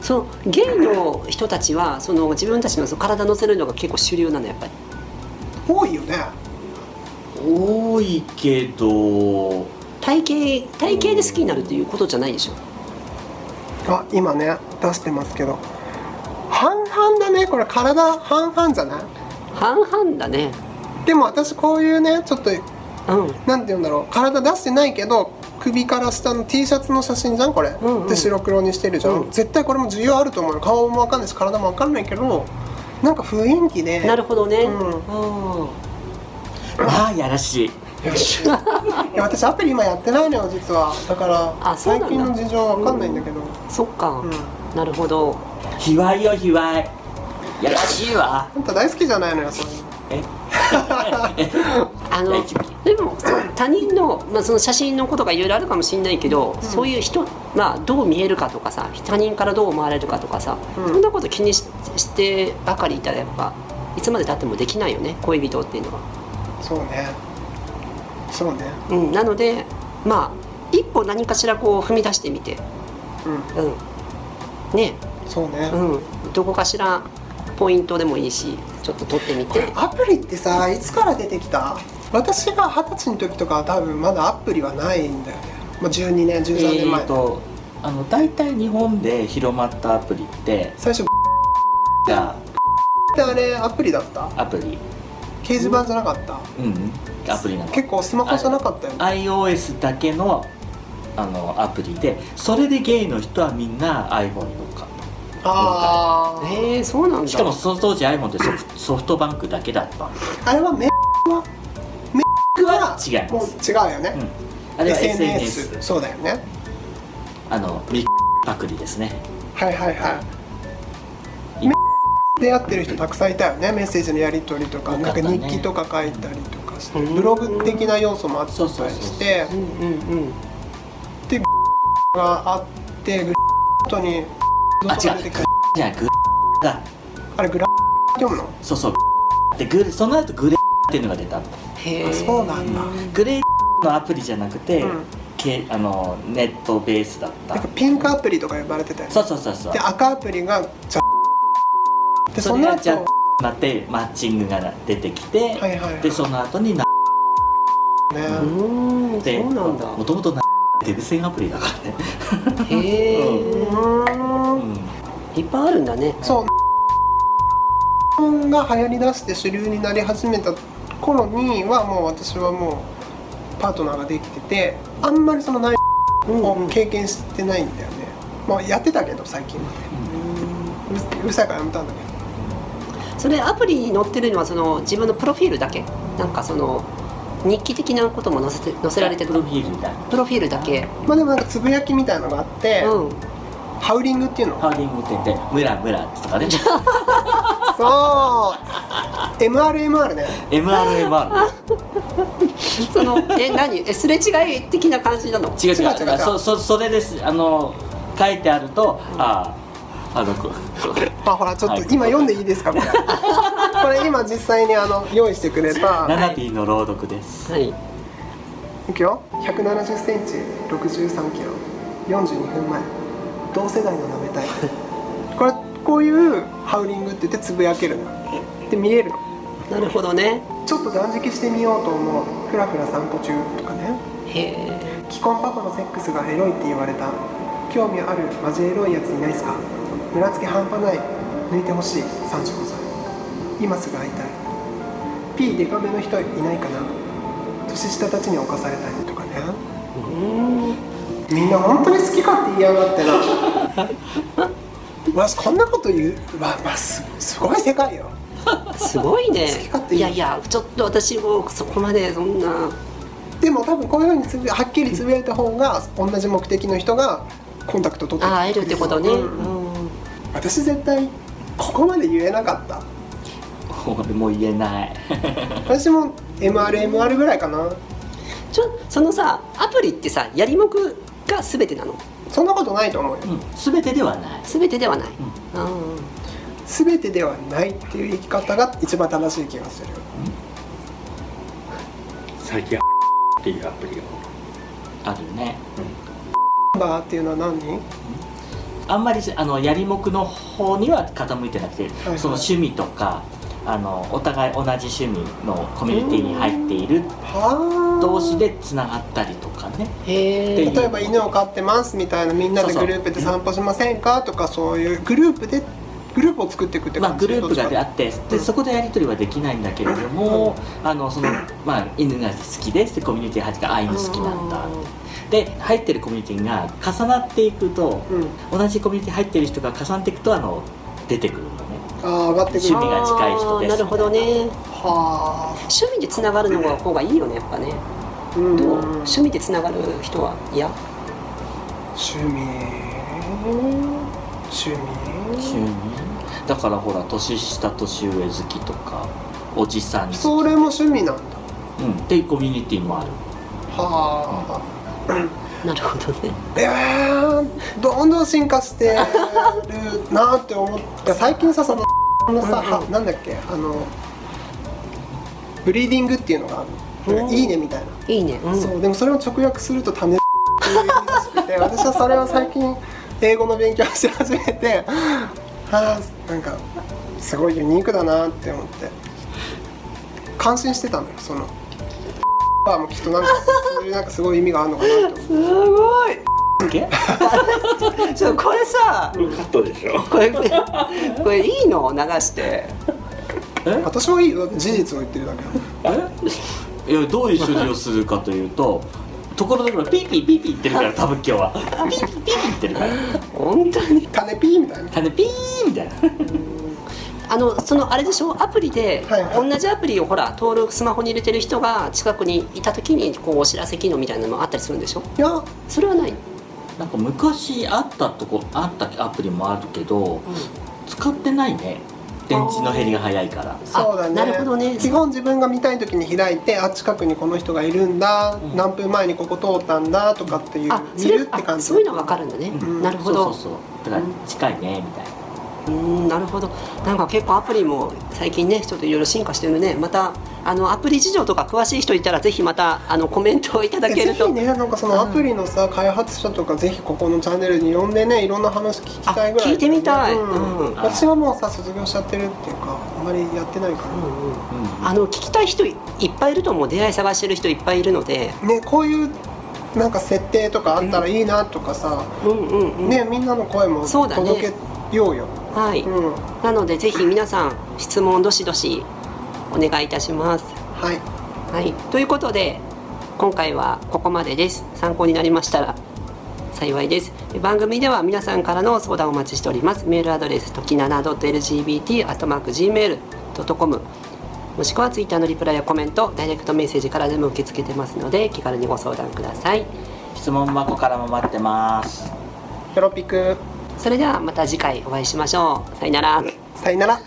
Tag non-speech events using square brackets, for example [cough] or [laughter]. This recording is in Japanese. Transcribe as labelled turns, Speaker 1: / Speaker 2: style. Speaker 1: そのゲイの人たちはその自分たちのその体乗せるのが結構主流なのやっぱり
Speaker 2: 多いよね
Speaker 3: 多いけど
Speaker 1: 体型体型で好きになるっていうことじゃないでしょ
Speaker 2: あ今ね出してますけど半々だねこれ体半々じゃない
Speaker 1: 半々だね
Speaker 2: でも私こういうねちょっと
Speaker 1: うん
Speaker 2: なんて言うんだろう体出してないけど首から下の T シャツの写真じゃんこれ、
Speaker 1: んうん
Speaker 2: で白黒にしてるじゃん、
Speaker 1: うん
Speaker 2: 絶対これも需要あると思うよ顔もわかんないし体もわかんないけどなんか雰囲気で
Speaker 1: なるほどね、
Speaker 2: うん
Speaker 1: うん
Speaker 3: ああやらしい
Speaker 2: いや私アプリ今やってないのよ実はだから
Speaker 1: あそうな
Speaker 2: 最
Speaker 1: んだ
Speaker 2: 近の事情わかんないんだけど、
Speaker 1: そっか、
Speaker 2: うん
Speaker 1: なるほど
Speaker 3: 卑猥よ卑猥やらしいわ
Speaker 2: あんた大好きじゃないのよそういうの
Speaker 3: え
Speaker 1: あの
Speaker 3: 大丈夫
Speaker 1: でもそう他人の,、まあその写真のことがいろいろあるかもしれないけど、そういう人、まあ、どう見えるかとかさ他人からどう思われるかとかさ、
Speaker 2: うん
Speaker 1: そんなこと気にししてばかりいたらやっぱいつまでたってもできないよね恋人っていうのは。
Speaker 2: そうねそうね
Speaker 1: うん、なのでまあ一歩何かしらこう踏み出してみて、
Speaker 2: うん
Speaker 1: うん、ね、
Speaker 2: そうね、
Speaker 1: うん、どこかしらポイントでもいいしちょっと取ってみて。
Speaker 2: アプリってさいつから出てきた私が二十歳の時とかは多分まだアプリはないんだよね、まあ、12年13年前、
Speaker 3: えー、とあの大体日本で広まったアプリって
Speaker 2: 最初
Speaker 3: が
Speaker 2: ってあれアプリだった
Speaker 3: アプリ
Speaker 2: 掲示板じゃなかった、
Speaker 3: うんアプリなの
Speaker 2: 結構スマホじゃなかったよね
Speaker 3: iOS だけのあのアプリでそれでゲイの人はみんな iPhone に乗っかっ
Speaker 2: ああ
Speaker 1: えー、そうなんだ
Speaker 3: たしかもその当時 iPhone ってソフソフトバンクだけだった
Speaker 2: あれはメッはメッは
Speaker 3: 違います
Speaker 2: もう違うよね、
Speaker 3: あれは
Speaker 2: SNS,
Speaker 3: SNS
Speaker 2: そうだよね
Speaker 3: あのミッパクリですね
Speaker 2: はいはいはいメッ出会ってる人たくさんいたよねメッセージのやり取りとか
Speaker 3: 多か
Speaker 2: な
Speaker 3: っ
Speaker 2: ん
Speaker 3: たね
Speaker 2: か日記とか書いたりとかして
Speaker 1: うん
Speaker 2: ブログ的な要素もあったり
Speaker 3: そうそうそうそう
Speaker 2: して
Speaker 1: うんうんうん
Speaker 2: があってグラッにど
Speaker 3: あ
Speaker 2: こ
Speaker 3: 違
Speaker 2: が
Speaker 3: う
Speaker 2: 出てき
Speaker 3: グ
Speaker 2: た
Speaker 3: じゃあグが
Speaker 2: あれグラッ読むの
Speaker 3: そうそうでグその後グレっていうのが出た
Speaker 1: へー
Speaker 2: あそうなんだ
Speaker 3: グレのアプリじゃなくて、
Speaker 2: うん
Speaker 3: けあのネットベースだった
Speaker 2: なんかピンクアプリとか呼ばれてたよね
Speaker 3: そうそうそうそう
Speaker 2: で赤アプリがじゃで
Speaker 3: そ
Speaker 2: そ
Speaker 3: れ
Speaker 2: の
Speaker 3: がじゃ
Speaker 2: 後
Speaker 3: なってマッチングが出てきて、
Speaker 2: はいはいはい
Speaker 3: でその後になっ
Speaker 2: ね
Speaker 1: うーん
Speaker 3: て
Speaker 1: そうなん
Speaker 3: も
Speaker 1: だ
Speaker 3: ともとなデブ専アプリだからね、
Speaker 1: へえ、
Speaker 2: う
Speaker 3: うんん、
Speaker 1: いっぱいあるんだね
Speaker 2: そうが流行りだして主流になり始めた頃にはもう私はもうパートナーができててあんまりその内容を経験してないんだよね、まあやってたけど最近までうるうるさいからやめたんだけど
Speaker 1: それアプリに載ってるのはその自分のプロフィールだけなんかその日記的なことも載せて載せられて
Speaker 3: プ
Speaker 1: く
Speaker 3: ロ
Speaker 1: る
Speaker 3: フィールだ
Speaker 1: プロフィールだけ
Speaker 2: まあでもなんかつぶやきみたいのがあって、
Speaker 1: うん
Speaker 2: ハウリングっていうの
Speaker 3: ハーディングって言って「ムラムラ」と
Speaker 2: [laughs]
Speaker 3: かね
Speaker 2: そう MRMR ね
Speaker 3: MRMR
Speaker 1: そのえ何 [laughs] えすれ違い的な感じなの
Speaker 3: 違う違う
Speaker 2: 違う違う違う
Speaker 3: そそそれですあの書いてあると、あああのこ
Speaker 2: あほらちょっと
Speaker 3: はい
Speaker 2: 今読んでいいですかこれ [laughs] これ今実際にあの用意してくれた
Speaker 3: ナナピーの朗読です
Speaker 1: はい
Speaker 2: いくよ1 7 0センチ6 3キロ42分前同世代のなめたい [laughs] これこういうハウリングって言ってつぶやけるので見えるの
Speaker 1: なるほどね
Speaker 2: ちょっと断食してみようと思うふらふら散歩中とかね
Speaker 1: へえ
Speaker 2: 既婚パパのセックスがエロいって言われた興味あるマジエロいやついないっすか胸つき半端ない抜いてほしい35歳今すぐ会いたい P デカめの人いないかな年下たちに侵されたりとかねみんな本当に好きかって言いやがってな [laughs] わしこんなこと言うわまあすすごい世界よ
Speaker 1: すごいね
Speaker 2: 好き勝手
Speaker 1: い
Speaker 2: に
Speaker 1: やいやちょっと私もそこまでそんな
Speaker 2: でも多分こういうふうにつぶやはっきりつぶやいた方が同じ目的の人がコンタクト取って
Speaker 1: あ会えるってことね、
Speaker 2: うん
Speaker 1: うん
Speaker 2: 私絶対ここまで言えなかった
Speaker 3: 俺もう言えない
Speaker 2: 私も MRMR ぐらいかな
Speaker 1: ちょそのさアプリってさやりもくが全てなの
Speaker 2: そんなことないと思うよ
Speaker 3: うん全てではない
Speaker 1: 全てではない、うん
Speaker 2: 全てではないっていう生き方が一番正しい気がする
Speaker 3: 最近っていうアプリがあるね、
Speaker 2: バーっていうのは何
Speaker 3: あんまりあのやりもくの方には傾いてなくて、
Speaker 2: はい
Speaker 3: その趣味とかあのお互い同じ趣味のコミュニティに入っている
Speaker 2: はあ
Speaker 3: 同士でつながったりとかね
Speaker 1: へえ
Speaker 3: で
Speaker 2: 例えば犬を飼ってますみたいなみんなで
Speaker 3: そうそ
Speaker 2: グ
Speaker 3: う
Speaker 2: ループで散歩しませんかとかそういうグループでグループを作っていくって
Speaker 3: まあ、
Speaker 2: 感
Speaker 3: グ
Speaker 2: じ
Speaker 3: ループ
Speaker 2: ど
Speaker 3: が
Speaker 2: っち
Speaker 3: であ
Speaker 2: か
Speaker 3: ってでそこでやり取りはできないんだけれども、あのそのまあ、犬が好きですってコミュニティ入ってからあ犬好きなんだで入ってるコミュニティが重なっていくと
Speaker 2: うん
Speaker 3: 同じコミュニティ入ってる人が重なっていくとあの出てくるのね
Speaker 2: ああ上がってく
Speaker 3: 趣
Speaker 2: る
Speaker 3: 味が近い人です
Speaker 1: あーなるほどね
Speaker 2: は
Speaker 1: 趣味でつながるのが方がいいよねやっぱね
Speaker 2: あうん
Speaker 1: どう
Speaker 2: 趣
Speaker 1: 趣味でつながる人はいや
Speaker 2: 味趣
Speaker 3: 急
Speaker 2: 味
Speaker 3: にだからほら年下年上好きとかおじさん好
Speaker 2: それも趣味なんだ
Speaker 3: き、うん、っていうコミュニティもある
Speaker 2: は
Speaker 1: なるほどね
Speaker 2: あ、えー、どんどん進化してるなーって思って最近さそののさ、はなんだっけあのブリーディングっていうのがある
Speaker 1: おー
Speaker 2: いいねみたいな、
Speaker 1: いいねうん
Speaker 2: そうでもそれを直訳すると種っていう意味らしくて私はそれを最近英語の勉強をし始めてあーなんかすごいユニークだなって思って感心してたのよその [laughs] はもうきっとなんかそういうなんかすごい意味があるのかなって思って。
Speaker 1: すご [laughs] い
Speaker 3: え
Speaker 1: ちょこれさ
Speaker 3: カットでしょ
Speaker 1: これこれいいの流して
Speaker 2: 私はいいよだって事実を言ってるだけだもん
Speaker 3: えいやどういう処理をするかというとところどころピーピーピーピー言って
Speaker 1: [laughs]
Speaker 3: るから多分今日はピーピーピーピー言ってるから
Speaker 1: 本当に
Speaker 2: 種ピーみたいな
Speaker 3: 種ピーみたいな
Speaker 1: あのそのあれでしょアプリで、
Speaker 2: はいはい
Speaker 1: 同じアプリをほら登録スマホに入れてる人が近くにいた時にこうお知らせ機能みたいなのもあったりするんでしょ
Speaker 2: いや
Speaker 1: それはない、
Speaker 3: なんか昔あったとこあったアプリもあるけど使ってないね電池の減りが早いから
Speaker 2: そうだね
Speaker 1: なるほどね
Speaker 2: 基本自分が見たい時に開いてあ近くにこの人がいるんだ、
Speaker 3: ん
Speaker 2: 何分前にここ通ったんだとかっていう
Speaker 1: あ
Speaker 2: 見
Speaker 1: それ
Speaker 2: るって感
Speaker 1: あ
Speaker 2: じ
Speaker 1: そういうのがわかるんだね、
Speaker 2: うん
Speaker 1: なるほど
Speaker 3: そうそうそうだから近いねみたいな
Speaker 1: うーんなるほどなんか結構アプリも最近ねちょっといろいろ進化してるねまたあのアプリ事情とか詳しい人いたらぜひまたあのコメントをいただけ
Speaker 2: ぜ
Speaker 1: ると
Speaker 2: ひねなんかそのアプリのさ、開発者とかぜひここのチャンネルに呼んでねいろんな話聞き
Speaker 1: あ
Speaker 2: たいぐらい、
Speaker 1: 聞いてみたい、う
Speaker 2: うん
Speaker 1: んうん
Speaker 2: 私はもうさ卒業しちゃってるっていうかあんまりやってないから、
Speaker 1: うん
Speaker 3: うん
Speaker 1: あの聞きたい人いいっぱいいると思う出会い探してる人いっぱいいるので
Speaker 2: ねこういうなんか設定とかあったらいいなとかさ、
Speaker 1: うんうんうん、
Speaker 2: ねみんなの声も
Speaker 1: そうだね
Speaker 2: 届けようよ
Speaker 1: はい、
Speaker 2: うん
Speaker 1: なのでぜひ皆さん質問どしどしお願いいたします。
Speaker 2: はい
Speaker 1: はい、ということで今回はここまでです参考になりましたら幸いです番組では皆さんからの相談をお待ちしておりますメールアドレスときなな .lgbt.gmail.com もしくはツイッターのリプライやコメントダイレクトメッセージからでも受け付けてますので気軽にご相談ください
Speaker 3: 質問箱からも待ってます
Speaker 2: ペロピク
Speaker 1: それではまた次回お会いしましょうさよなら
Speaker 2: さよなら